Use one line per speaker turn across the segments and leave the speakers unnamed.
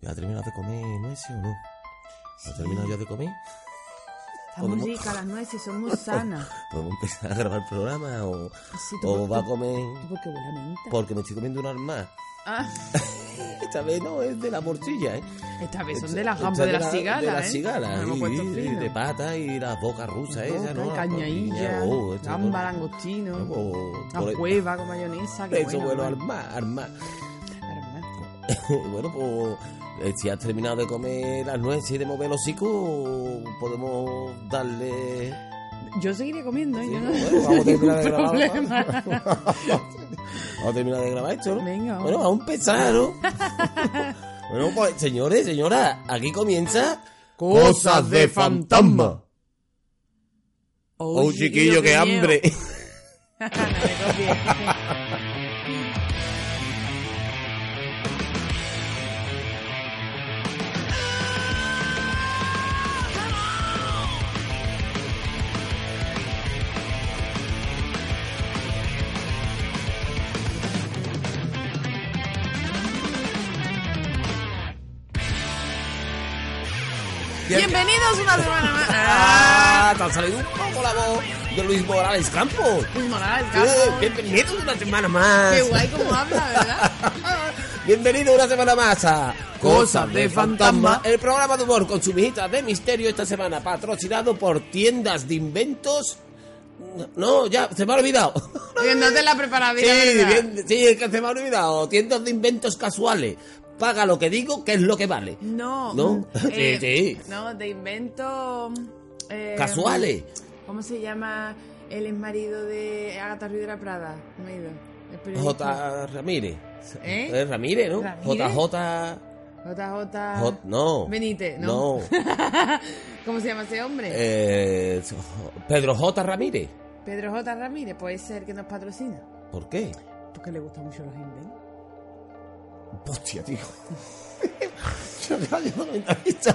¿Ya terminaste de comer nueces o no? ¿Ya terminado ya de comer?
Está muy rica las nueces, son muy sanas.
¿Podemos empezar a grabar el programa o,
Sí, tú
o
por-
va a
tú-
comer?
¿Tú por qué huele a menta?
Porque me estoy comiendo una más.
Ah,
Esta vez no, es de la morcilla, ¿eh?
esta vez son
Esta-
de las
esta
gambas, de las
la-
cigalas.
De
¿eh?
las cigalas,
Nos hemos
y-
puesto
y
finos.
de patas y las bocas rusas
Boca,
esas, ¿no? Las
cañailla,
tortillas, oh, esto es
gamba,
bueno.
langostino,
No, oh,
la
por ahí-
cueva con mayonesa. Qué
Eso bueno,
bueno, ¿eh?
al
bueno.
mar, al mar.
Arma.
bueno, pues eh, si has terminado de comer las nueces y de mover los hocico, podemos darle...
Yo seguiré comiendo, ¿eh?
Sí,
Yo
bueno, vamos
no
a terminar de grabar.
problema.
Vamos a terminar de grabar esto, ¿no?
Venga, vamos.
Bueno, vamos a empezar, ¿no? bueno, pues, señores, señoras, aquí comienza...
Cosas de fantasma.
Oh, chiquillo, qué
qué
hambre.
miedo. No me copies. Bienvenidos una semana más. Ah,
¡Ah! Te ha salido un poco la voz de Luis Morales Campos.
Luis Morales,
Eh,
cabrón.
Bienvenidos una semana más.
Qué guay como habla, ¿verdad?
Bienvenido una semana más a
Cosas de Fantasma.
el programa de humor con su mijita de misterio esta semana, patrocinado por tiendas de inventos. No, ya, se me ha olvidado.
Oye, no te la preparaba
Sí, bien, sí, es que se me ha olvidado. Tiendas de inventos casuales. Paga lo que digo, que es lo que vale.
No.
¿No?
eh,
Sí, sí.
No, de invento. eh,
Casuales.
¿Cómo se llama el exmarido de Agatha Ruiz de la Prada? No me he ido. El periodista.
J. Ramírez.
¿Eh?
Eh, Ramírez, ¿no?
¿Ramírez?
JJ.
JJ.
J- no.
Benítez, ¿no?
No.
¿Cómo se llama ese hombre?
Eh, Pedro J. Ramírez.
Pedro J. Ramírez, puede ser que nos patrocina.
¿Por qué?
Porque le gustan mucho los inventos.
Hostia, tío. Yo no llevo ninguna lista.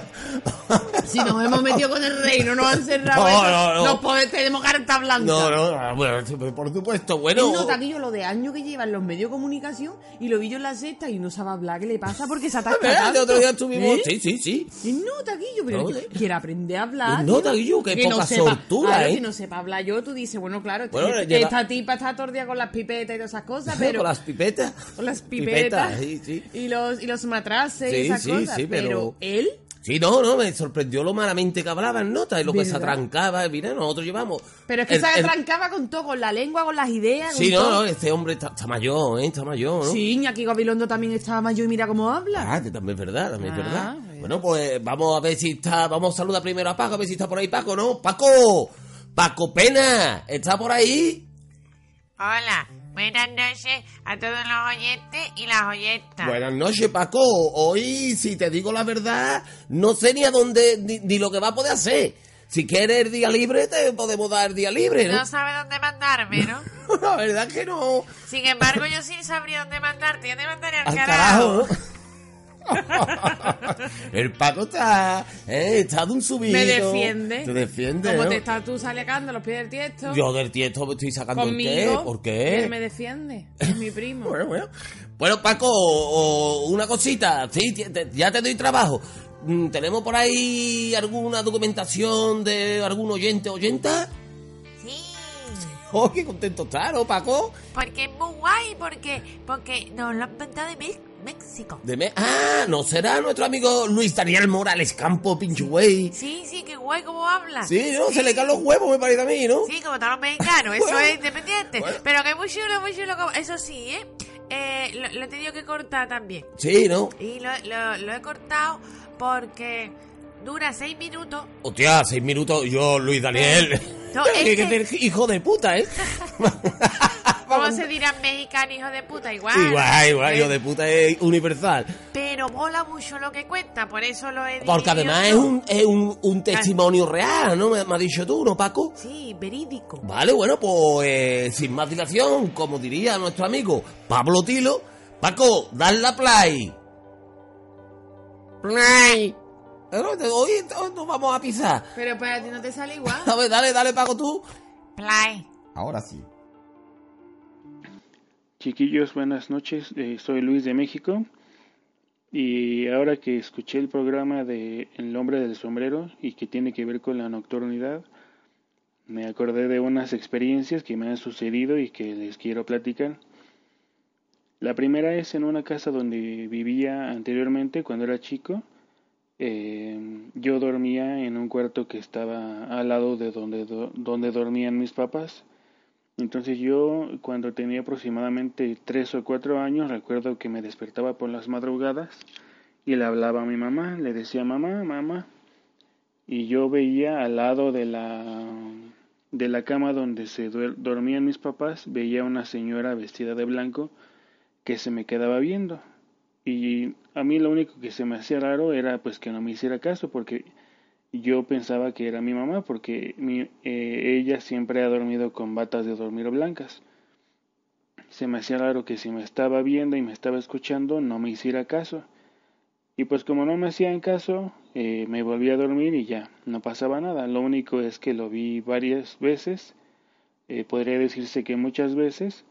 Si nos hemos metido con el reino, nos han cerrado.
No,
eso,
no, no.
Nos podemos, tenemos carta blanca.
No, no, ah, bueno, pues, por supuesto,
Él
bueno.
nota que yo lo de años que llevan los medios de comunicación y lo vi yo en la sexta y no sabe hablar qué le pasa porque se ataca
Ah, ¿Verdad?
tanto.
El otro día estuvimos.
¿Eh?
Sí, sí, sí.
Él nota que yo, pero
No,
que-
sí.
quiere aprender a hablar.
Él
tío.
nota que yo, qué poca soltura,
claro,
¿eh?
que no sepa hablar yo, tú dices, bueno, claro, este-
Bueno,
este-
lleva-
esta tipa está todo el día con las pipetas y todas esas cosas, Ah, pero...
Con las pipetas.
con las pipetas,
sí, sí.
y los y los matraces y
Sí,
esas
sí,
cosas,
sí, pero-
él
Sí, no, no, me sorprendió lo malamente que hablaban nota y lo que se
¿Verdad?
atrancaba. Mira, nosotros llevamos.
pero es que
el-
se
el-
atrancaba con todo, con la lengua, con las ideas,
Sí,
con
no,
todo.
no, este hombre está, está mayor, ¿eh? Está mayor, ¿no?
Sí, Iñaki Gabilondo también estaba mayor y mira cómo habla.
Ah, que también es verdad, también es
Ah,
verdad.
bueno.
Bueno, pues vamos a ver si está. Vamos a saludar primero a Paco, a ver si está por ahí Paco, ¿no? ¡Paco! ¡Paco Pena! ¿Está por ahí?
Hola, buenas noches a todos los oyentes y las oyentas.
Buenas noches, Paco. Hoy, si te digo la verdad, no sé ni a dónde, ni, ni lo que va a poder hacer. Si quieres el día libre, te podemos dar el día libre, ¿no?
No sabe dónde mandarme, ¿no?
la verdad es que no.
Sin embargo, yo sí sabría dónde mandarte. Yo te mandaré al,
Al
carajo.
carajo, ¿no? El Paco está, eh, está de un subido.
Me defiende.
Te defiende,
Como
¿no?
te estás tú sacando los pies del tiesto.
Yo del tiesto me estoy sacando
conmigo.
el qué, ¿por qué?
Él me defiende. Es mi primo.
Bueno, bueno. Bueno, Paco, o- una cosita, sí, ti- te- ya te doy trabajo. Mm, ¿Tenemos por ahí alguna documentación de algún oyente o oyenta?
Sí,
¡Oh, qué contento está, ¿no, Paco!
porque es muy guay, porque, porque nos lo han mandado de Mex- México.
De me- ah, ¿no será nuestro amigo Luis Daniel Morales Campo, pinche güey?
Sí, sí, qué guay cómo habla.
Sí, ¿no? Se le caen los huevos, me parece a mí, ¿no?
Sí, como todos los mexicanos, eso
Bueno.
es independiente.
Bueno.
Pero que muy chulo, muy chulo. como- Eso sí, ¿eh? eh lo, lo he tenido que cortar también.
Sí, ¿no?
Y lo, lo- lo he cortado porque dura seis minutos
Hostia, seis minutos, yo, Luis Daniel.
No,
Hay que
es que-
ser hijo de puta, ¿eh?
¿Cómo se dirán mexicano, hijo de puta? Igual. Eh,
Igual, igual, hijo de puta es universal.
Pero mola mucho lo que cuenta, por eso lo he
Porque
dividido.
además es un, es un, un testimonio real, ¿no? Me, me has dicho tú, ¿no, Paco?
Sí, verídico.
Vale, bueno, pues eh, sin más dilación, como diría nuestro amigo Pablo Tilo, Paco, dale la play. Play. Hoy, hoy nos vamos a pisar.
Pero para ti no te sale igual.
A ver, dale, dale, Paco, tú.
Play.
Ahora sí.
Chiquillos, buenas noches. Eh, soy Luis de México. Y ahora que escuché el programa de El hombre del sombrero y que tiene que ver con la nocturnidad, me acordé de unas experiencias que me han sucedido y que les quiero platicar. La primera es en una casa donde vivía anteriormente cuando era chico. Eh, yo dormía en un cuarto que estaba al lado de donde, do- donde dormían mis papás. Entonces yo cuando tenía aproximadamente tres o cuatro años recuerdo que me despertaba por las madrugadas y le hablaba a mi mamá, le decía mamá, mamá, y yo veía al lado de la de la cama donde se duer- dormían mis papás, veía una señora vestida de blanco que se me quedaba viendo. Y a mí lo único que se me hacía raro era pues que no me hiciera caso porque yo pensaba que era mi mamá porque mi- eh, ella siempre ha dormido con batas de dormir blancas. Se me hacía raro que si me estaba viendo y me estaba escuchando no me hiciera caso. Y pues como no me hacían caso, eh, me volví a dormir y ya, no pasaba nada. Lo único es que lo vi varias veces, eh, podría decirse que muchas veces,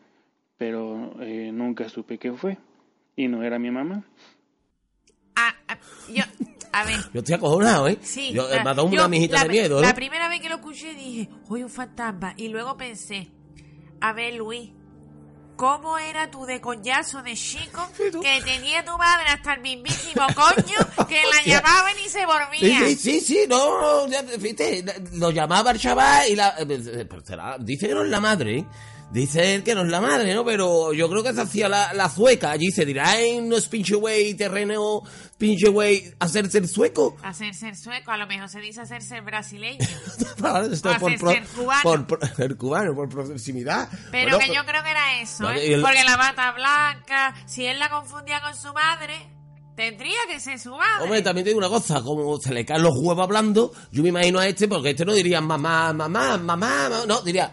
pero eh, nunca supe qué fue. Y no era mi mamá.
Ah, ah, yo, a ver.
Yo estoy acojonado, ¿eh?
Sí,
Yo, eh, me ha dado
yo
una mijita
la
de
pri-
miedo, ¿eh?
La primera vez que lo escuché dije, hoy un fantasma. Y luego pensé, a ver, Luis, ¿cómo era tu de coñazo de chico que tenía tu madre hasta el mismísimo coño que la llamaban y se
Sí,
volvía?
sí, sí, sí, no, no, ya, viste, lo llamaba el chaval y la... eh, eh, pero será- dice que no es la madre, ¿eh? Dice él que no es la madre, ¿no? Pero yo creo que se hacía la, la sueca. Allí se dirá, ay, no es pinche güey, terreno, pinche güey, hacerse el sueco.
Hacerse el sueco, a lo mejor se dice hacerse el brasileño.
Esto
hacerse el cubano.
Por, pro- el cubano, por proximidad. Bueno,
Pero
pues,
que yo creo que era eso,
Vale,
¿eh?
y el-
Porque la bata blanca, si él la confundía con su madre, tendría que ser su madre.
Hombre, también te digo una cosa, como se le caen los huevos hablando, yo me imagino a este, porque este no diría mamá, mamá, mamá, mamá", no, diría,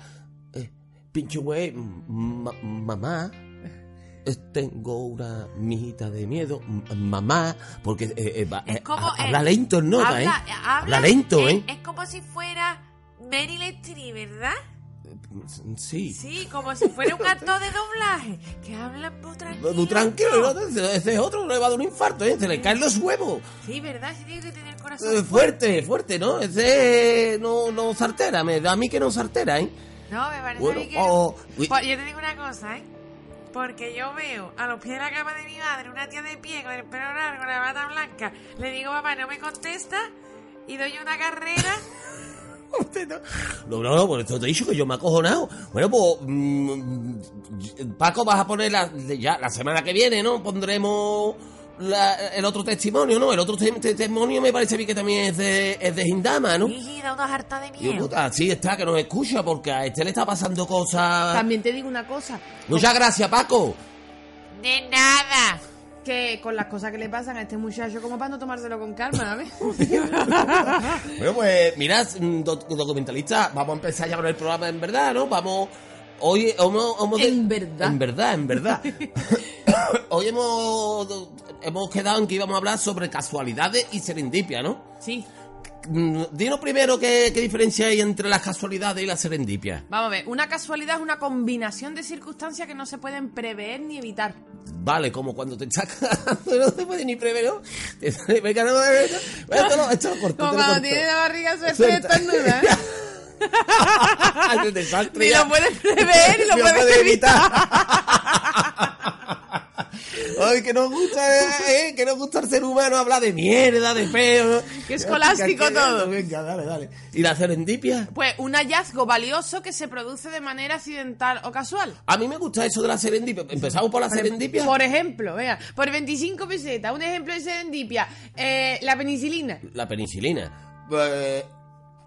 eh, pinche güey, m- ma- mamá, eh, tengo una mijita de miedo, m- mamá, porque eh, eh, va- eh,
Es como,
ha-
eh,
habla lento el nota,
habla,
¿eh?
habla-
lento,
es-
¿eh?
Es, como si fuera Meryl Streep, ¿verdad?
Sí.
Sí, como si fuera un actor de doblaje. Que habla muy tranquilo.
Tú tranquilo, ¿no? Ese- ese es otro, le va a dar un infarto, ¿eh? Se le caen los huevos.
Sí, ¿verdad? Sí, tiene que tener el corazón.
Eh, fuerte, fuerte, ¿no? Ese eh, no, no sartera, me da a mí que no sartera, ¿eh?
No, me parece
Bueno,
a mí que.
oh, uy.
Po- Yo te digo una cosa, ¿eh? Porque yo veo a los pies de la cama de mi madre una tía de pie con el pelo largo, la bata blanca. Le digo, papá, no me contesta. Y doy una carrera.
No, no, no, por esto te he dicho que yo me he acojonado. Bueno, pues. mm, Paco, vas a poner la, ya la semana que viene, ¿no? Pondremos la- el otro testimonio, ¿no? El otro te- te- testimonio me parece a mí que también es de, es de Gindama, ¿no?
Y da una harta de
Y
miedo.
puta, sí está, que nos escucha, porque a este le está pasando cosas.
También te digo una cosa,
Muchas gracias, Paco.
De nada.
que con las cosas que le pasan a este muchacho, como para no tomárselo con calma, ¿sabes?
Bueno, pues mirad, mm, doc- documentalista, vamos a empezar ya con el programa en verdad, ¿no? Vamos. Hoy hemos. hemos de-
En verdad.
En verdad, en verdad. hoy hemos, hemos quedado en que íbamos a hablar sobre casualidades y serendipia, ¿no?
Sí.
Mm, Dinos primero qué, qué diferencia hay entre las casualidades y las serendipias.
Vamos a ver, una casualidad es una combinación de circunstancias que no se pueden prever ni evitar.
Vale, como cuando te sacas. no te puede ni prever, ¿no? Te sale, venga, no, no, no, no. Esto lo, esto lo corto.
Como
te lo
cuando
corto.
tiene la barriga suelta y
Suelta.
estornuda. ¿eh?
Ay, el desastre
Ni
ya.
lo puedes prever, ni lo
Ni
puedes
evitar. Ay, que nos gusta, eh, que nos gusta el ser humano hablar de mierda, de feo.
Que es colástico
Venga,
todo.
Venga, dale, dale. ¿Y la serendipia?
Pues un hallazgo valioso que se produce de manera accidental o casual.
A mí me gusta eso de la serendipia. Empezamos por la serendipia.
Por ejemplo, vea, por 25 pesetas, un ejemplo de serendipia, eh, la penicilina.
La penicilina. Eh,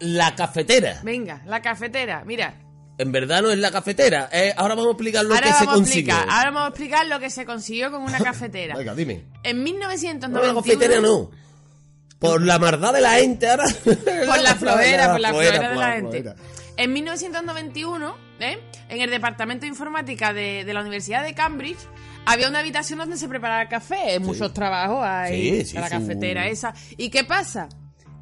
la cafetera.
Venga, la cafetera, mira.
En verdad no es la cafetera. Eh, ahora vamos a explicar lo
ahora,
que se
vamos a
consigue.
explicar, Ah, ahora vamos a explicar lo que se consiguió con una cafetera.
Venga, dime.
En
No, la cafetera
1991,
no. Por la maldad de la gente ahora.
por la florera, por la florera de
por
la
florera.
gente. En 1991, ¿eh? en el departamento de informática de, de la Universidad de Cambridge, había una habitación donde se preparaba café. En muchos trabajos hay
Sí, sí,
la
sí,
cafetera
un-
esa. ¿Y qué pasa?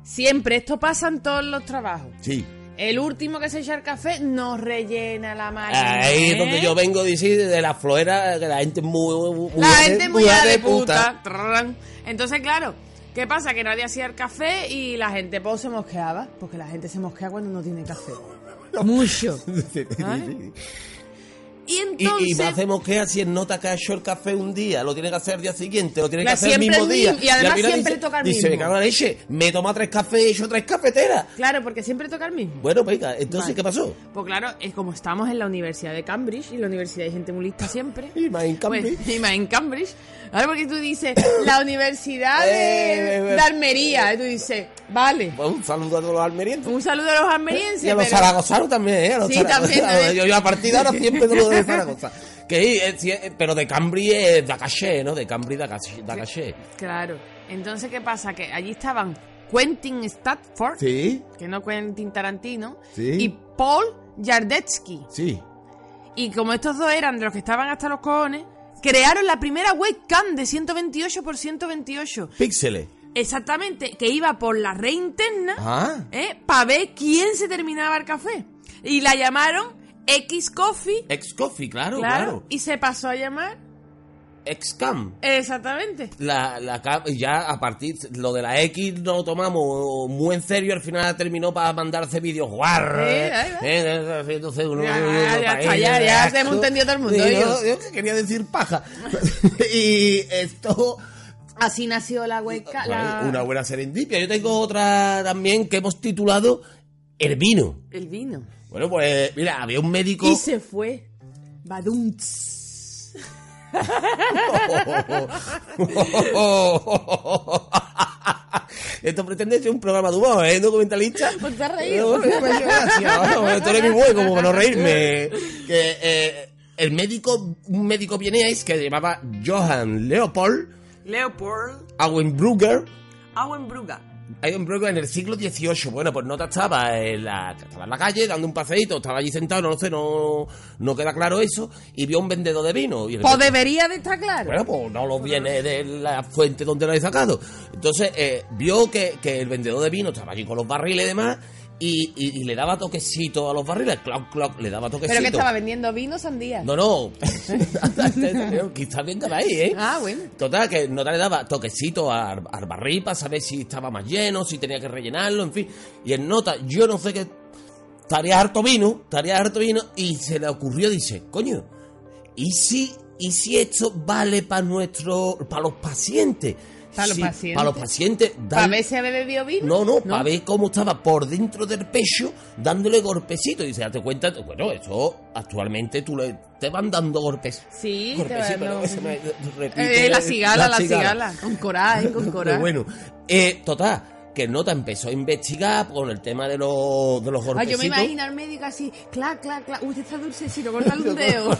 Siempre, esto pasa en todos los trabajos.
Sí.
El último que se echa el café nos rellena la máquina.
Ahí
¿eh?
es donde yo vengo de decir de la florera, que la gente es muy, muy, muy
La
hija de-
gente muy
hija
hija de puta. Trrrán. Entonces, claro, ¿qué pasa? Que nadie hacía el café y la gente pues, se mosqueaba. Porque la gente se mosquea cuando no tiene café. Mucho. ¿vale? Y
Y,
entonces.
y hacemos que si él nota que ha hecho el café un día, lo tiene que hacer el día siguiente, lo tiene que
La
hacer el
siempre
mismo
el
día.
mismo- y además
al final
siempre
dice,
toca el
dice,
mismo.
me cago en la leche, me toma tres cafés, he hecho tres cafeteras.
Claro, porque siempre toca el mismo.
Bueno, venga, entonces,
Vale.
¿qué pasó?
Pues claro, es como estamos en la Universidad de Cambridge, y en la universidad hay gente muy lista siempre.
Y más en Cambridge.
Pues, y más en Cambridge. Ahora porque tú dices, la Universidad
Eh, eh,
de,
eh.
de Almería. Y tú dices, vale.
Bueno, un saludo a todos los almerienses.
Un saludo a los almerienses.
Y a los
pero-
zaragozanos también, ¿eh? A los
Sí,
zaragozanos.
también, también.
Yo, yo a partir de ahora siempre te lo de Zaragoza. Que, eh, sí, eh, pero de Cambridge es da caché, ¿no? De Cambridge da caché. Da caché.
Claro. Entonces, ¿qué pasa? Que allí estaban Quentin Statford,
Sí,
que no Quentin Tarantino,
Sí.
y Paul Yardetsky.
sí.
Y como estos dos eran de los que estaban hasta los cojones, crearon la primera webcam de 128 por 128.
Píxeles.
Exactamente, que iba por la red interna
Ah.
para ver quién se terminaba el café. Y la llamaron X Coffee.
Ex Coffee, claro,
Claro,
claro.
y se pasó a llamar
Ex Cam.
exactamente.
La, la cam- ya a partir lo de la X no lo tomamos muy en serio al final terminó para mandarse vídeos guar
Sí, ahí va.
eh, entonces uno-
Ya,
uno-
ya
para
está,
ello,
ya, ya
relajo.
se hemos entendido todo el mundo,
Sí,
oye.
yo, yo que quería decir paja y esto
Así nació la webcam. Ah, la-
una buena serendipia yo tengo otra también que hemos titulado el vino
El vino.
bueno pues mira había un médico
Y se fue. Badunts.
Esto pretende ser un programa de humor, ¿eh? Documentalista.
Pues te has reído.
No, no me ha hecho gracia. Vamos, esto eres mi güey, como para no reírme. Que, eh, el médico, un médico vienés que se llamaba Johann Leopold
Leopold
Auenbrugger.
Auenbruga.
Hay un problema en el siglo XVIII. Bueno, pues Nota estaba en la, estaba en la calle dando un paseíto, estaba allí sentado, no sé, no, no queda claro eso, y vio a un vendedor de vino. Y el-
Pues debería de estar claro.
bueno, pues no los viene de la fuente donde lo he sacado. Entonces, eh, vio que, que el vendedor de vino estaba allí con los barriles y demás, y, y- y le daba toquecito a los barriles, clac, clac, le daba toquecito.
Pero que estaba vendiendo vino sandía.
No, no, quizás viéndola ahí, ¿eh?
Ah, bueno.
Total, que no le daba toquecito al, al barril para saber si estaba más lleno, si tenía que rellenarlo, en fin. Y en nota, yo no sé qué. Estaría harto vino, estaría harto vino, y se le ocurrió, dice, coño, ¿y si, y si esto vale para nuestro. para los pacientes?
Pa' los
Si-
pacientes.
pa' los pacientes,
Para
dale-
ver si había bebido vino.
no, no, para ver cómo estaba por dentro del pecho dándole golpecitos. Y se date cuenta, bueno, eso actualmente tú le, te van dando golpes.
Sí, te va
golpecitos,
dando-
¿no? Eso me- repite,
Eh, la cigala, la,
cigala.
cigala. Con coraje, con
Pero
coraje.
bueno, eh, total, que Nota empezó a investigar con el tema de los, de los
Ah, yo
golpecitos.
me imagino al médico así, clac, clac, clac. Usted está dulcecito, cortale un dedo.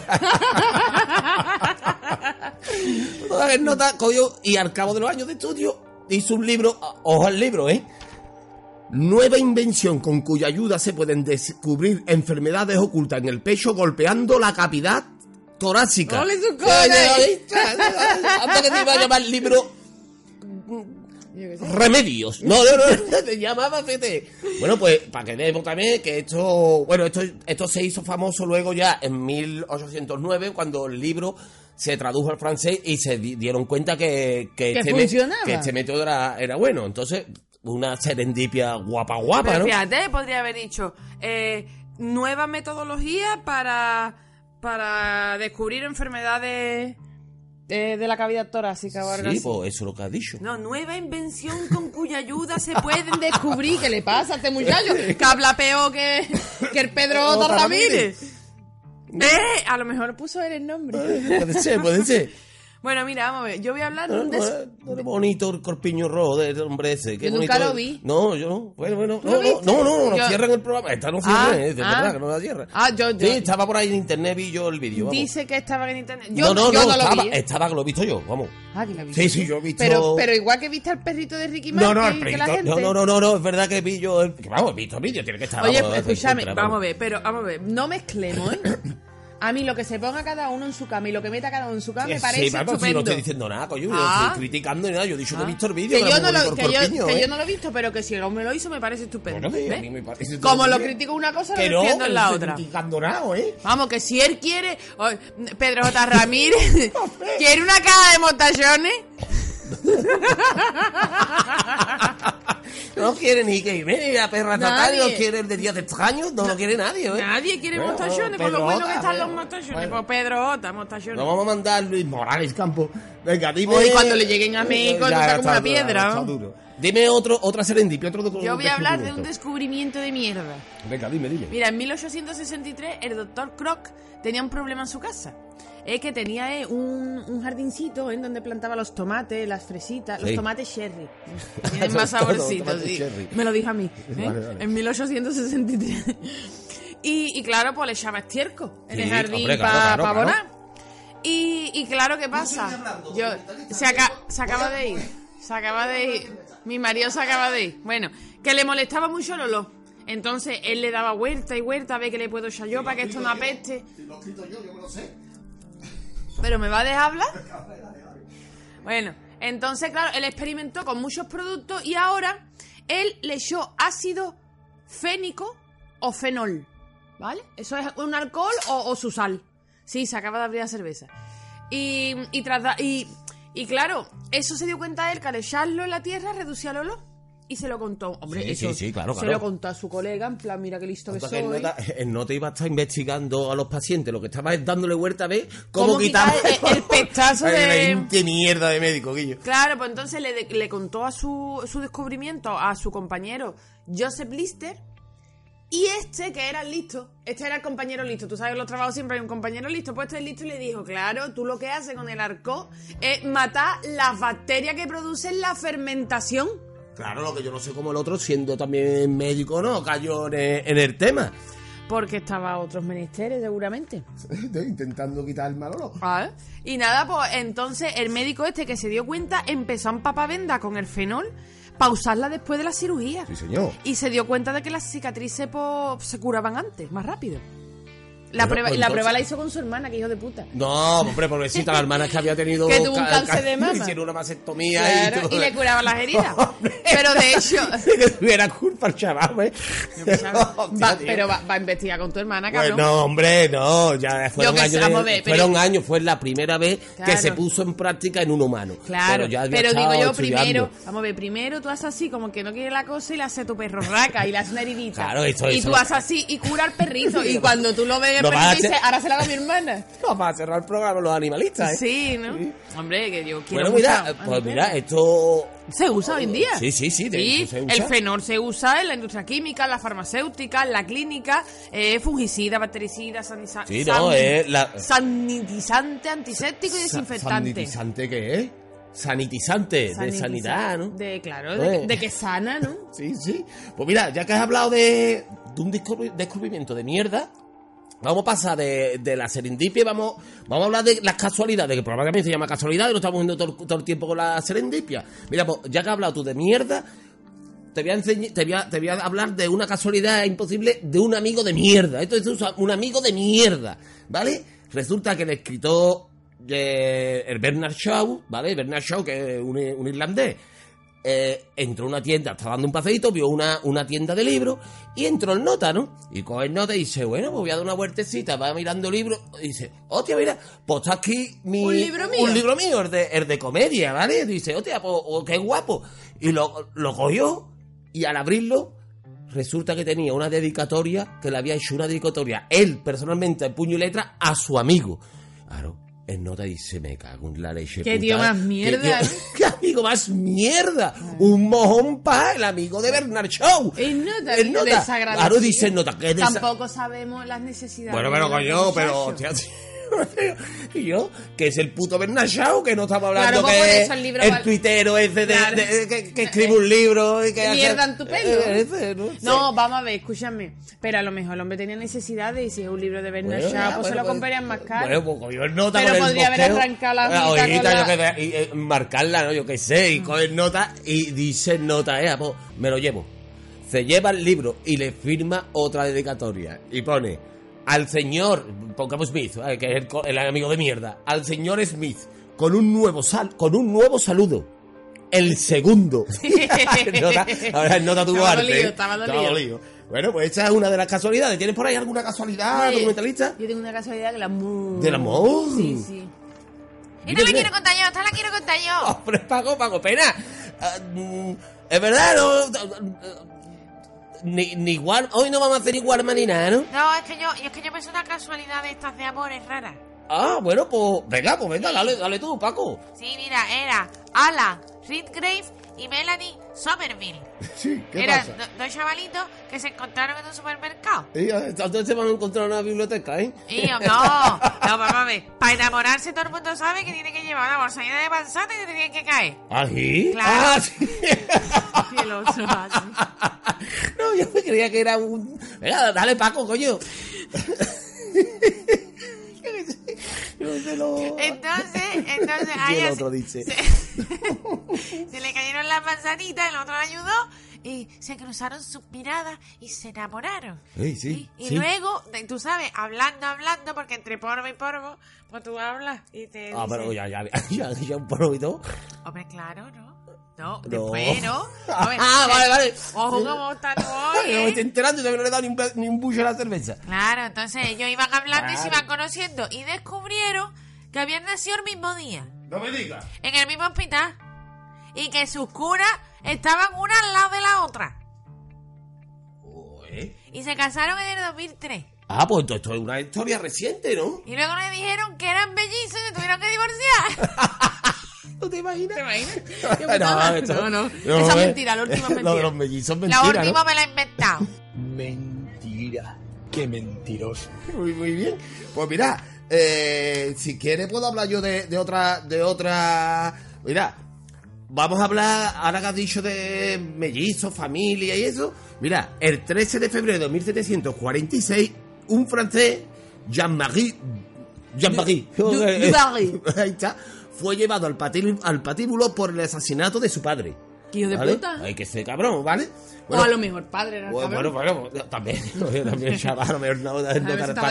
Total, que Nota cogió y al cabo de los años de estudio hizo un libro, a- ojo al libro, ¿eh? Nueva invención con cuya ayuda se pueden descubrir enfermedades ocultas en el pecho golpeando la cavidad torácica.
¡Ole, su
Eh,
cola!
eh, eh, Antes que te iba a llamar libro
Yo qué sé.
Remedios. No, no, no, te llamaba fíjate. Bueno, pues para que vemos también que esto, bueno, esto, esto se hizo famoso luego ya en 1809 cuando el libro se tradujo al francés y se di- dieron cuenta que, que,
Que
me-
funcionaba.
que este método era, era bueno. Entonces, una serendipia guapa guapa,
Pero
¿no?
fíjate, podría haber dicho eh, nueva metodología para, para descubrir enfermedades.
Eh, de la cavidad torácica o algo
Sí,
así.
pues eso es lo que has dicho.
No, nueva invención con cuya ayuda se pueden descubrir.
Descubrí que le pasa a este muchacho que habla peor que, que el Pedro Ota
Ota
Ramírez.
Ramírez.
Eh, a lo mejor puso él el nombre.
Puede ser, puede ser.
Bueno, mira, vamos a ver. Yo voy a hablar
Ah,
No,
de...
no, eh, no era bonito el corpiño rojo del hombre ese. Qué
Yo nunca
bonito
lo
es.
vi.
No, yo no. Bueno, bueno.
¿No
No, no,
viste?
no, no, no,
Yo-
cierran el programa. Esta no
Ah,
cierran, eh, de
ah.
verdad que no la cierran.
Ah, yo- yo-
Sí, estaba por ahí en internet, vi yo el vídeo. vamos.
Dice que estaba en internet.
no,
Yo
no, no,
yo no lo
estaba,
vi. ¿eh?
estaba que lo he visto yo, vamos.
Ah, que la viste
Sí, sí,
tú.
yo he visto-
Pero, pero igual que viste al perrito de Ricky
No,
Martin.
no, el
que la
perrito-
gente...
no, no, no, no, no, es verdad que vi yo el- que Vamos, he visto el vídeo, tiene que estar.
Oye, pues,
vamos,
escúchame,
contra,
vamos a ver, pero vamos a ver, no mezclemos, ¿eh? A mí lo que se ponga cada uno en su cama y lo que meta cada uno en su cama
Que
me
sí,
parece
vamos, si no
estupendo.
estoy diciendo nada, coño, yo
Ah.
no estoy criticando ni nada, yo he dicho que he visto el vídeo.
que
era
yo, no
muy
lo,
bonito
que,
el
yo,
corpiño,
que
¿eh?
yo no lo he visto, pero que si el hombre lo hizo me parece estupendo.
Bueno, que a
¿ves?
mí me parece
Como lo
bien.
critico una cosa, lo
Que no,
defiendo
que
en
no
la
estoy
otra.
criticando nada, ¿eh?
Vamos, que si él quiere, o- Pedro J. Ramírez, quiere una caja de montachones,
No quiere ni que Jiménez, a perra
Nadie.
Tatari, no quiere el de Días de Extraños, no lo quiere nadie, ¿eh?
nadie quiere
Bueno,
montachones, con lo
Pedro
bueno que
J,
están los
bueno,
montachones.
bueno.
Pues Pedro J, montachones.
Lo vamos a mandar Luis Morales Campo. Venga, dime.
Uy, cuando le lleguen a México,
Ya,
nos saca
está
una
duro,
piedra,
está
¿no?
duro. Dime otro, otra serendipia, otro de-
Yo voy a hablar de un
descubrimiento.
descubrimiento de mierda.
Venga, dime, dime.
Mira, en 1863 el doctor Croc tenía un problema en su casa. Es que tenía eh, un, un jardincito en donde plantaba los tomates, las fresitas, los
Sí.
tomates cherry. que Tienen más
Los todos,
saborcitos,
tomates
sí.
cherry.
Me lo dijo a mí, ¿eh?
Vale, vale.
en 1863. Y, y claro, pues le echaba estiércol en el
Sí,
jardín
hombre,
para
claro, claro, claro.
Y, y claro, ¿qué pasa? Yo, se, aca- se acaba de ir. Se acaba de ir. Mi marido se acaba de ir. Bueno, que le molestaba mucho el olor. Entonces él le daba vuelta y vuelta a ver qué le puedo echar yo para que esto no apeste. Pero me va a dejar hablar. Bueno, entonces, claro, él experimentó con muchos productos y ahora él le echó ácido fénico o fenol. ¿Vale? Eso es un alcohol o, o su sal. Sí, se acaba de abrir la cerveza. Y, y, tras da- y, y claro, eso se dio cuenta él que al echarlo en la tierra reducía el olor. Y se lo contó. Hombre,
Sí,
eso
sí, sí, claro,
se
claro.
lo contó a su colega, en plan, mira qué listo que
Entonces, él no,
soy.
ta- él no te iba a estar investigando a los pacientes, lo que estaba es dándole vuelta a ver cómo,
¿Cómo quitar el- el pestazo de-
¡Qué mierda de médico, Guillo!
Claro, pues entonces le, de- le contó a su, su descubrimiento a su compañero Joseph Lister. Y este, que era el listo, este era el compañero listo. Tú sabes, en los trabajos siempre hay un compañero listo. Pues este es listo y le dijo, claro, tú lo que haces con el arco es matar las bacterias que producen la fermentación.
Claro, lo que yo no sé cómo el otro, siendo también médico, no, cayó en, en el tema.
Porque estaba a otros menesteres, seguramente.
Intentando quitar el mal olor.
Ah, Y nada, pues entonces el médico este que se dio cuenta empezó a empapar venda con el fenol para usarla después de la cirugía.
Sí, señor.
Y se dio cuenta de que las cicatrices po, se curaban antes, más rápido. La,
Pero,
prueba,
pues,
la
entonces-
prueba la hizo con su hermana, que hijo de puta.
No, hombre, pobrecita, la hermana que había tenido...
Que tuvo un
ca-
cáncer
ca-
de mama.
le Hicieron una vasectomía y
Claro,
todo.
y le curaban las heridas.
Hombre.
Pero de hecho,
que tuviera culpa el chaval, ¿eh? Hostia,
va-
tío.
pero va, va a investigar con tu hermana,
Pues
cabrón.
no, hombre, no, ya fueron
que sé,
años. de-
vamos a ver, pero-
fueron años, fue la primera vez que
Claro.
se puso en práctica en un humano.
Claro,
ya había
pero, digo
estado
yo
estudiando.
primero, vamos a ver, primero tú haces así como que no quiere la cosa y le haces tu perro raca y le haces una heridita.
Claro, eso-
Y
eso-
tú haces así y cura al perrito y cuando tú lo ves el
Lo vas
perrito
a
dices,
hacer-
ahora se la hago a mi hermana.
No, para cerrar el programa, los animalistas. ¿eh?
Sí, ¿no? Hombre, que yo quiero
Bueno, mira,
mucho a mi
pues
perro.
mira, esto.
Se usa hoy en día.
Sí, sí, sí, de
Sí,
hecho se usa.
el fenol se usa en la industria química, en la farmacéutica, en la clínica, eh, fungicida, bactericida, sanisa-
Sí, no, es la-
sanitizante, antiséptico y desinfectante.
¿Sanitizante qué es? Sanitizante, de
Sanitiza-
sanidad, ¿no?
De, claro, de,
Eh.
de que sana, ¿no?
Sí, sí. Pues mira, ya que has hablado de, de un descubri- descubrimiento de mierda, vamos a pasar de, de la serendipia y vamos, vamos a hablar de las casualidades, que el programa también se llama casualidad y lo estamos viendo todo, el- todo el tiempo con la serendipia. Mira, pues ya que has hablado tú de mierda, te voy, a enseñ- te, voy a, te voy a hablar de una casualidad imposible de un amigo de mierda. Esto es un, un amigo de mierda, ¿vale? Resulta que el escritor eh, el Bernard Shaw, ¿vale? Bernard Shaw, que es un, un irlandés, eh, entró a una tienda, estaba dando un paseíto, vio una, una tienda de libros y entró el nota, ¿no? Y coge el nota y dice, bueno, pues voy a dar una vueltecita, va mirando libros y dice, hostia, mira, pues está aquí mi...
Un libro mío.
Un libro mío, el de, el de comedia, ¿vale? Dice, hostia, pues oh, qué guapo. Y lo, lo cogió y al abrirlo resulta que tenía una dedicatoria que le había hecho una dedicatoria él personalmente en puño y letra a su amigo. Claro, el nota dice, me cago en la leche.
Qué
puta,
tío más
qué
mierda,
tío-
¿eh?
¡Qué amigo más mierda! Un mojón pa, el amigo de Bernard Shaw.
El nota,
El nota.
desagradable.
Claro, dice el nota. que desa-
Tampoco sabemos las necesidades.
Bueno, pero
de los
coño, pero
muchachos.
hostia, tío. y yo, que es el puto Bernachao, que no estamos hablando
Claro, ¿cómo
que
pones
es
el libro
el
val-
tuitero ese de,
Claro.
de- que, que escribe un libro y que hace-
Mierda en tu pelo.
Eh, ese, no, sé.
No, vamos a ver, escúchame. Pero a lo mejor el hombre tenía necesidad de, y si es un libro de Bernard
Bueno,
Shaw,
ya,
pues se
bueno,
lo
pues,
comprarían más caro.
Bueno, pues cogió el nota
Pero
con el
podría haber
bosqueo.
arrancado la
Ah,
hojita
hojita,
con
yo
la- Mm.
que- y, eh, marcarla, ¿no? Yo qué sé, y coger nota y dice nota, eh, pues, me lo llevo. Se lleva el libro y le firma otra dedicatoria y pone al señor, pongamos Smith, eh, que es el, co- el amigo de mierda, al señor Smith con un nuevo sal, con un nuevo saludo. El segundo. El nota- ahora el nota tuvo
Estaba
arte.
dolido,
eh.
estaba
Estaba
dolido.
dolido. Bueno, pues esa es una de las casualidades. ¿Tienes por ahí alguna casualidad
Oye,
Ah, documentalista?
Yo tengo una casualidad del amor.
¿Del amor?
Sí, sí.
Y no la
Dime.
quiero contar yo, esta la quiero contar yo.
Hombre, Paco, Paco, pena. Ah, mm, es verdad, no. no, no, Ni, ni guar- hoy no vamos a hacer igual ni nada, ¿no?
No, es que yo, y es que yo me sé una casualidad de estas de amores raras.
Ah, bueno, pues venga, pues venga, dale, dale tú, Paco.
Sí, mira, era Alan Redgrave y Melanie Somerville.
Sí, ¿qué
Eran
pasa?
do- dos chavalitos que se encontraron en un supermercado.
Y, ah, Entonces se van a encontrar en una biblioteca, ¿eh?
Y yo, no, no, mamá, para enamorarse todo el mundo sabe que tiene que llevar una bolsa llena de manzana y te tienen que caer.
¿Ah, sí?
Claro.
Ah, sí.
Y el otro así.
no, yo me creía que era un... Venga, dale, Paco, coño. yo no sé lo...
Entonces, entonces,
Y
ahí
el
así-
otro dice.
se- se le cayeron las manzanitas, el otro la ayudó y se cruzaron sus miradas y se enamoraron.
Sí, sí,
y y
sí.
luego, de- tú sabes, hablando, hablando, porque entre porvo y porvo, pues tú hablas y te.
Ah, pero
dicen-
ya, ya, ya, ya un polvo y todo.
Hombre, claro, ¿no? No, después, ¿no? A ver, eh,
Ah, vale, vale.
Ojo cómo está tú hoy,
Ay, no me
¿eh?
estoy enterando, todavía no le he dado ni un, be- ni un bullo a la cerveza.
Claro, entonces ellos iban hablando y se
Claro.
iban conociendo y descubrieron que habían nacido el mismo día,
No me digas.
en el mismo hospital, y que sus curas estaban una al lado de la otra. Y se casaron en el 2003.
Ah, pues esto, esto es una historia reciente, ¿no?
Y luego le dijeron que eran mellizos y se tuvieron que divorciar.
¿No te imaginas?
¿Te imaginas? Qué putada. no, no, Esa
eh.
es mentira, la última es
Lo de
mentira.
los mellizos es
La
mentira,
última me la he inventado.
Mentira. Qué mentiroso. Muy, muy bien. Pues mira, eh, si quieres puedo hablar yo de, de otra... de otra... Mira, vamos a hablar, ahora que has dicho de mellizos, familia y eso. Mira, el 13 de febrero de 1746, un francés, Jean-Marie... Jean-Marie.
Du- Dubarry.
Ahí está. Fue llevado al, patil- al patíbulo por el asesinato de su padre.
Hijo de
¿Vale?
puta.
Hay que ser cabrón, ¿vale?
o a lo mejor padre era
Bueno, bueno,
cabrón.
bueno, también, yo también, chaval, a lo mejor no, no, no,
se estaba
tampoco,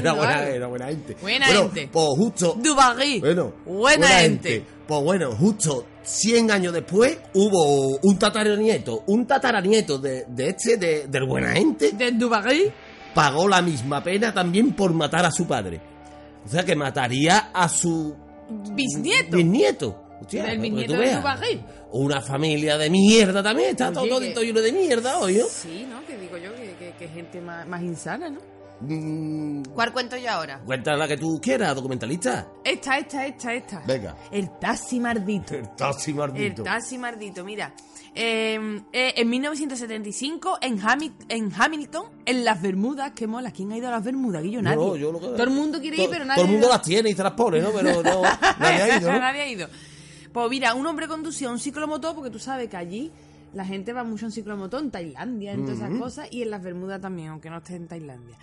era buena,
algo.
era buena gente.
Buena
Bueno,
gente.
Pues justo,
Dubarry.
bueno,
Buena, gente.
Pues bueno, justo 100 años después hubo un tataranieto, un tataranieto de, de este, de, del buena gente,
De Dubarry.
pagó la misma pena también por matar a su padre. O sea que mataría a su
Bisnieto.
bisnieto. Hostia,
Del
para que
bisnieto
tú
de
veas.
Dubarry.
Una familia de mierda también, está
Oye,
todo,
que-
todo lleno de mierda, hoy, ¿no?
Sí, ¿no? Que digo yo que, que, que gente más, más insana, ¿no?
Mm,
¿Cuál cuento yo ahora?
Cuenta la que tú quieras, documentalista.
Esta, esta, esta, esta.
Venga.
El taxi mardito.
El taxi
El taxi mardito, mira. Eh, eh, en 1975, en, Hami- en Hamilton, en las Bermudas, qué mola. ¿Quién ha ido a las Bermudas? Guillo, nadie.
No, yo lo que-
Todo el mundo quiere ir,
To-
pero nadie.
Todo el mundo las tiene y se las pone, ¿no? Pero no, nadie ha ido, ¿no?
Nadie ha ido. Pues mira, un hombre conducía un ciclomotor, porque tú sabes que allí la gente va mucho en ciclomotor, en Tailandia, en todas esas cosas, y en las Bermudas también, aunque no esté en Tailandia.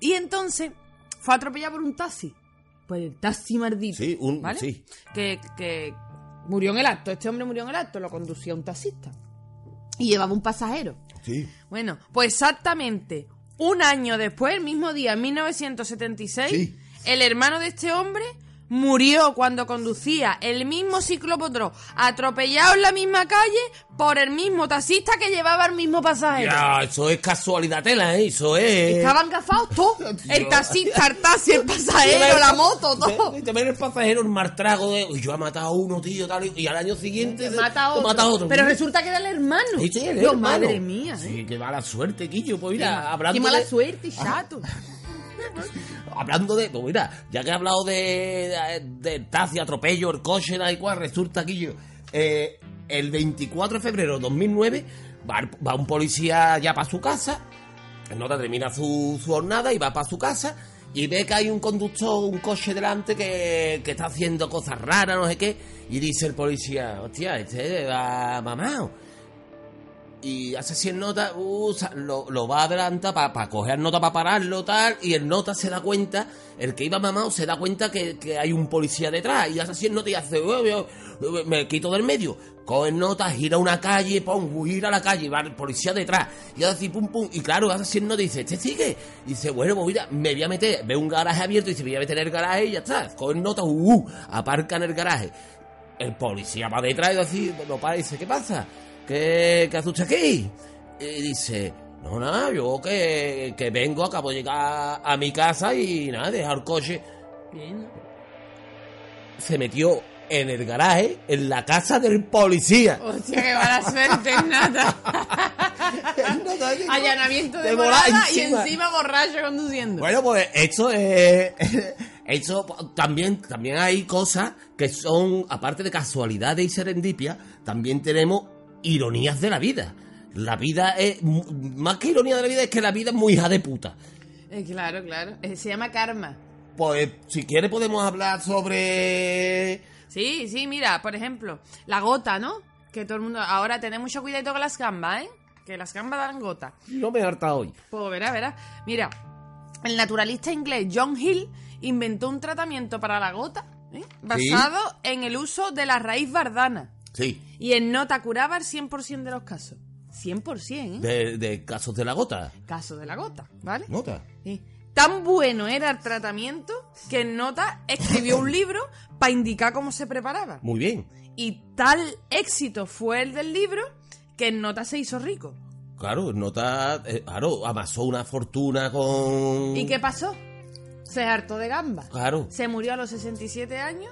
Y entonces fue atropellado por un taxi. Por el taxi maldito.
Sí, un-
¿vale?
sí.
Que, que murió en el acto. Este hombre murió en el acto, lo conducía un taxista. Y llevaba un pasajero.
Sí.
Bueno, pues exactamente un año después, el mismo día, en 1976,
Sí.
el hermano de este hombre murió cuando conducía el mismo ciclopotro, atropellado en la misma calle por el mismo taxista que llevaba el mismo pasajero.
Ya, eso es casualidad tela, ¿eh? Eso es...
Estaban gafados todos. El taxista, el taxi, el pasajero, la moto, todo.
Y también el pasajero, el martrago de... "Uy, Yo he matado a uno, tío, tal, y- y al año siguiente... se-
Mata a otro.
Mata a otro.
Pero resulta que era el hermano.
Sí, sí, el
Yo,
hermano.
madre mía. ¿eh?
Sí, qué mala suerte, Quillo. Pues
Qué
mira,
ma-
hablando
Qué mala
de- Ah.
suerte, chato.
Hablando de, pues mira, ya que he hablado de, de, de taxi, atropello, el coche, da igual, resulta que yo, eh, el 24 de febrero de 2009 va, el- va un policía ya para su casa, no termina su, su jornada y va para su casa y ve que hay un conductor, un coche delante que, que está haciendo cosas raras, no sé qué, y dice el policía, hostia, este va mamado. Y hace 100 notas, uh, sa- lo, lo va adelanta para coger nota para pararlo, tal, y el nota se da cuenta, el que iba mamado se da cuenta que, que hay un policía detrás, y hace 100 notas y hace, "Uy, uy, uy", me quito del medio, coge nota, gira una calle, pum, gira la calle, y va el policía detrás, y hace así, pum, pum, y claro, hace 100 notas y dice, este sigue, y dice, bueno, pues mira, me voy a meter, ve un garaje abierto, y dice, me voy a meter en el garaje y ya está, coge nota, uh, aparca en el garaje. El policía va detrás y así, lo para y dice, ¿qué pasa? ¿Qué, qué hace usted aquí? Y dice, no, nada, yo que, que vengo, acabo de llegar a mi casa y nada, dejar el coche. Se metió en el garaje, en la casa del policía.
Hostia, qué mala suerte, nada. Allanamiento de,
De
morada,
morada
y
encima.
encima borracho conduciendo.
Bueno, pues esto es. Esto también, también hay cosas que son, aparte de casualidades y serendipia, también tenemos ironías de la vida. La vida es. mu- Más que ironía de la vida, es que la vida es muy hija de puta.
Eh, claro, claro. Eh, se llama karma.
Pues, si quiere, podemos hablar sobre.
Sí, sí, mira, por ejemplo, la gota, ¿no? Que todo el mundo. Ahora tened mucho cuidado con las gambas, ¿eh? Que las gambas dan gota.
No me harta hoy.
Pues verá, verá. Mira, el naturalista inglés John Hill inventó un tratamiento para la gota ¿eh? basado en el uso de la raíz bardana.
Sí,
Y en nota curaba el 100% de los casos. 100%, ¿eh?
de, de casos de la gota.
Casos de la gota, ¿vale?
Nota.
Sí. Tan bueno era el tratamiento que en nota escribió un libro para indicar cómo se preparaba.
Muy bien.
Y tal éxito fue el del libro que en nota se hizo rico.
Claro, nota. eh, claro, amasó una fortuna con.
¿Y qué pasó? Se hartó de gamba.
Claro,
Se murió a los 67 años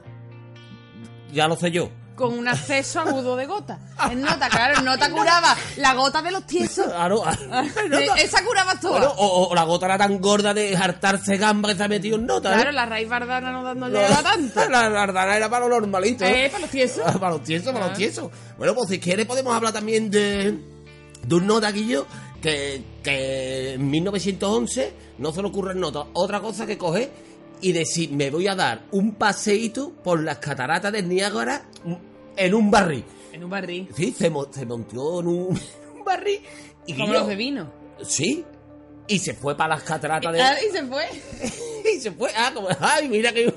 ya lo sé yo.
con un acceso agudo de gota. En nota, claro, en nota curaba la gota de los tiesos.
Claro,
Eh, Esa curaba toda.
Bueno, o, o la gota era tan gorda de hartarse gamba que se ha metido en nota.
claro,
¿eh?
la raíz bardana no, dando llegaba tanto.
La ardana era para lo normalito.
Eh, Ah. para los tiesos.
para los tiesos, para los tiesos. Bueno, pues si quieres podemos hablar también de, de un nota, Guillo, que, que en 1911 no se le ocurre nota. Otra cosa que coger y decir, me voy a dar un paseíto por las cataratas del Niágara en un barril.
En un barril.
Sí, se, mo- se montó en un, un barril. Y
Como
Guillo,
los de vino.
Sí. Y se fue para las cataratas de...
Ah, y se fue.
Y se fue. Ah, como, ay, mira que.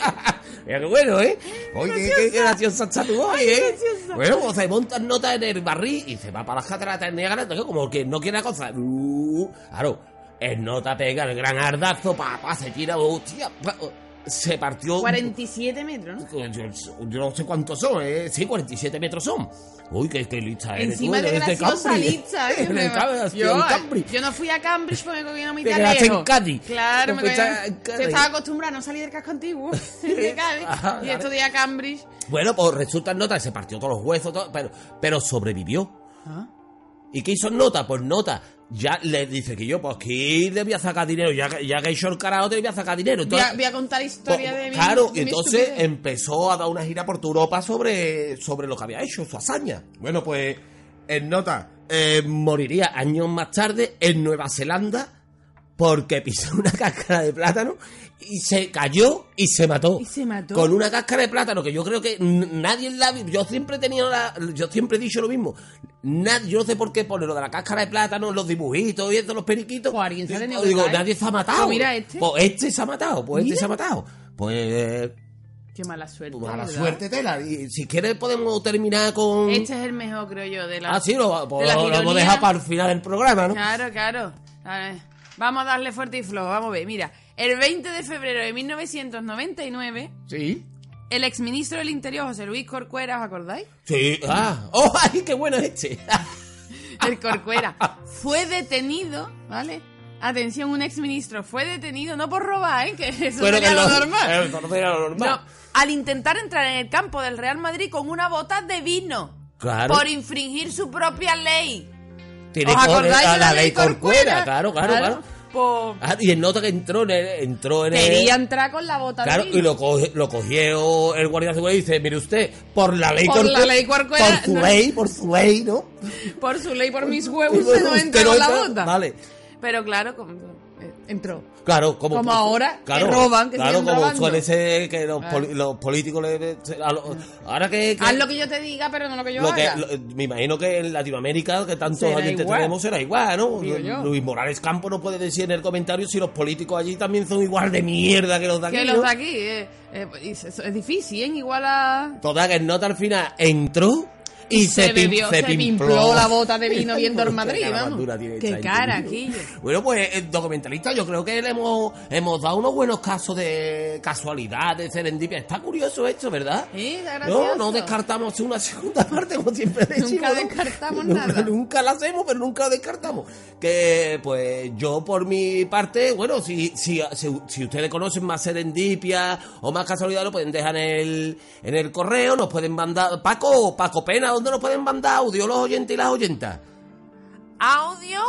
mira que bueno, ¿eh? Oye, qué, qué graciosa está tu hoy, ¿eh? Bueno, pues se montan notas en el barril y se va para las cataratas negras, entonces como que no quiere la cosa. Uh, claro, el nota pega el gran ardazo, papá, se tira, hostia, pa, oh, se partió.
47 metros, ¿no?
Yo, yo no sé cuántos son, ¿eh? Sí, 47 metros son. Uy, qué, qué lista eres
Encima
tú, este
de
eres
graciosa
Cambridge.
lista. ¿eh?
Eres de
yo,
Cambridge.
yo no fui a Cambridge porque me cogieron muy
Te quedaste
lejos.
en Cádiz.
Claro, me
Fuiste a
cogieron.
Cádiz.
Yo estaba acostumbrada a no salir del casco antiguo de Cádiz.
Ajá,
y
claro.
estos días a Cambridge.
Bueno, pues resulta en nota que se partió todos los huesos, todo, pero, pero sobrevivió. ¿Y qué hizo Nota? Pues Nota ya le dice que yo, pues aquí le voy a sacar dinero, ya, que- ya que he hecho el carajo, te le voy a sacar dinero.
Voy a,
Entonces,
voy a contar historia
pues,
de mi
claro,
de mi
entonces
estupidez.
empezó a dar una gira por toda Europa sobre, sobre lo que había hecho, su hazaña. Bueno, pues en Nota eh, moriría años más tarde en Nueva Zelanda porque pisó una cáscara de plátano y se cayó y se mató.
Y se mató.
Con una cáscara de plátano que yo creo que n- nadie en la vi- yo siempre he tenido la, yo siempre he dicho lo mismo. Nadie, yo no sé por qué por lo de la cáscara de plátano, los dibujitos y esto, los periquitos.
Pues alguien se ha tenido
digo,
que
digo,
caer.
nadie se ha matado.
Pues mira este.
Pues este se ha matado, pues este se ha matado. Pues
Qué mala suerte.
mala
¿verdad?
suerte tela. Y si quieres podemos terminar con
Este es el mejor, creo yo, de la.
Ah, sí, lo, pues,
las
lo hemos
ironías.
dejado para el final del programa, ¿no?
Claro, claro. A ver, vamos a darle fuerte y flojo, vamos a ver. Mira, el 20 de febrero de 1999,
Sí.
el exministro del Interior, José Luis Corcuera, ¿os acordáis?
Sí. Ah, oh, ay, qué bueno es este.
El Corcuera fue detenido, ¿vale? Atención, un exministro fue detenido, no por robar, ¿eh? Que eso
Bueno,
sería
que
lo
lo-
normal.
eh, no sería lo normal.
No, al intentar entrar en el campo del Real Madrid con una bota de vino.
Claro.
Por infringir su propia ley.
Tiene
¿Os
que poner
acordáis
a
de la, ley Corcuera?
Claro, claro, claro.
Pues,
Ah, y el nota que entró en el, entró en el-
quería entrar con la bota
Claro,
de vino.
y lo, coge- lo cogió el guardia de seguridad y dice, mire usted, por la ley
Por
Corcuera.
la ley Corcuera,
Por su
no.
ley, por su ley, ¿no?
Por su ley, por mis huevos, se no entra
Usted
con la
entra-
bota.
Vale.
Pero claro, con- eh, entró.
Claro, como,
Como ahora, que roban, que
claro,
siguen
como
robando.
suele ser que los,
Claro.
poli- los políticos le, se- a lo- ahora que, que-
Haz lo que yo te diga, pero no lo que yo
lo que-
haga.
lo- me imagino que en Latinoamérica que tantos
Será
oyentes
igual.
tenemos será igual, ¿no?
Digo yo.
Luis Morales Campo no puede decir en el comentario si los políticos allí también son igual de mierda que los de aquí.
que
¿no?
los de aquí. eh, eh, y es, es difícil, ¿eh? Igual a.
Total, que el nota al final entró y, se, pim-
bebió,
se
se pimpló la bota de vino viendo el Madrid,
Qué cara más
vamos.
dura tiene
Qué
esta gente,
cara,
tío.
Quillo.
Bueno, pues eh, documentalista, yo creo que le hemos, hemos dado unos buenos casos de casualidad, de serendipia. Está curioso esto, ¿verdad?
Sí, está
no,
gracioso.
no descartamos una segunda parte, como siempre decimos. ¿no?
descartamos
Nunca-
nada.
Nunca la hacemos, pero nunca la descartamos. Que, pues, yo por mi parte, bueno, si, si, si, si ustedes conocen más serendipia o más casualidad, lo pueden dejar en el, en el correo, nos pueden mandar... Paco, Paco Pena, ¿dónde nos pueden mandar audio los oyentes y las oyentas?
Audio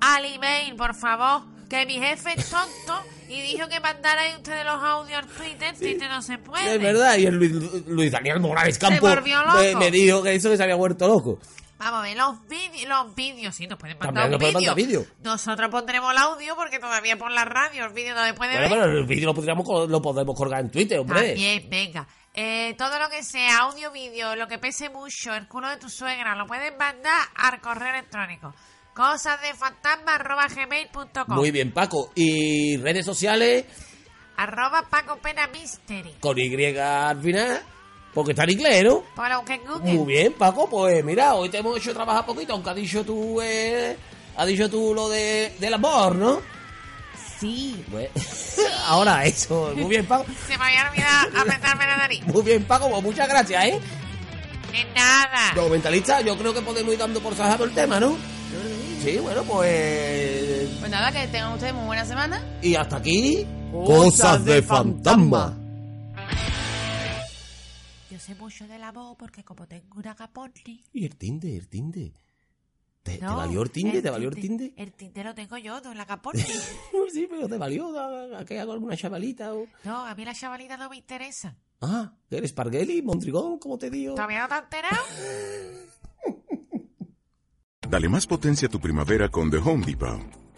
al email, por favor. Que mi jefe es tonto y dijo que mandaran ustedes los audios al Twitter. Twitter no se puede.
Es verdad, y el Luis, Luis Daniel Morales Campo
Eh, volvió loco.
me, me dijo que eso que se había vuelto loco.
Vamos a ver, los vídeos, los vídeos, sí, nos pueden
También
mandar
nos
un
pueden mandar
vídeo.
vídeo.
Nosotros pondremos el audio porque todavía por la radio el vídeo no se puede
Bueno,
ver.
pero el vídeo lo, podríamos co- lo podemos colgar en Twitter, hombre.
Eh, También, venga. Eh, todo lo que sea audio, vídeo, lo que pese mucho, el culo de tu suegra, lo pueden mandar al correo electrónico. Cosas de
Muy bien, Paco. Y redes sociales
Arroba Paco Pena Mystery.
con Y al final, porque está en inglés, ¿no?
Por aunque en Google.
Muy bien, Paco, pues mira, hoy te hemos hecho trabajar poquito, aunque ha dicho tú, eh, ha dicho tú lo de, del amor, ¿no?
Sí.
Pues, ahora eso, muy bien, Paco.
Se me había olvidado apretarme la nariz.
Muy bien, Paco, pues muchas gracias, ¿eh?
De nada.
Documentalista, yo creo que podemos ir dando por sajado el tema, ¿no? Sí, bueno, pues...
Pues nada, que tengan ustedes muy buena semana.
Y hasta aquí...
Cosas de fantasma.
Yo sé mucho de la voz porque como tengo una capotli.
Y el Tinder, el Tinder. ¿Te, te
No,
valió el Tinder? ¿Te valió el Tinder?
El Tinder lo tengo yo, don la capotli.
sí, pero te valió a, a que haga alguna chavalita o...
No, a mí las chavalitas no me interesan.
Ah, ¿eres Pargueli? ¿Montrigón? ¿Cómo te digo?
¿Todavía no te has enterado?
Dale más potencia a tu primavera con The Home Depot.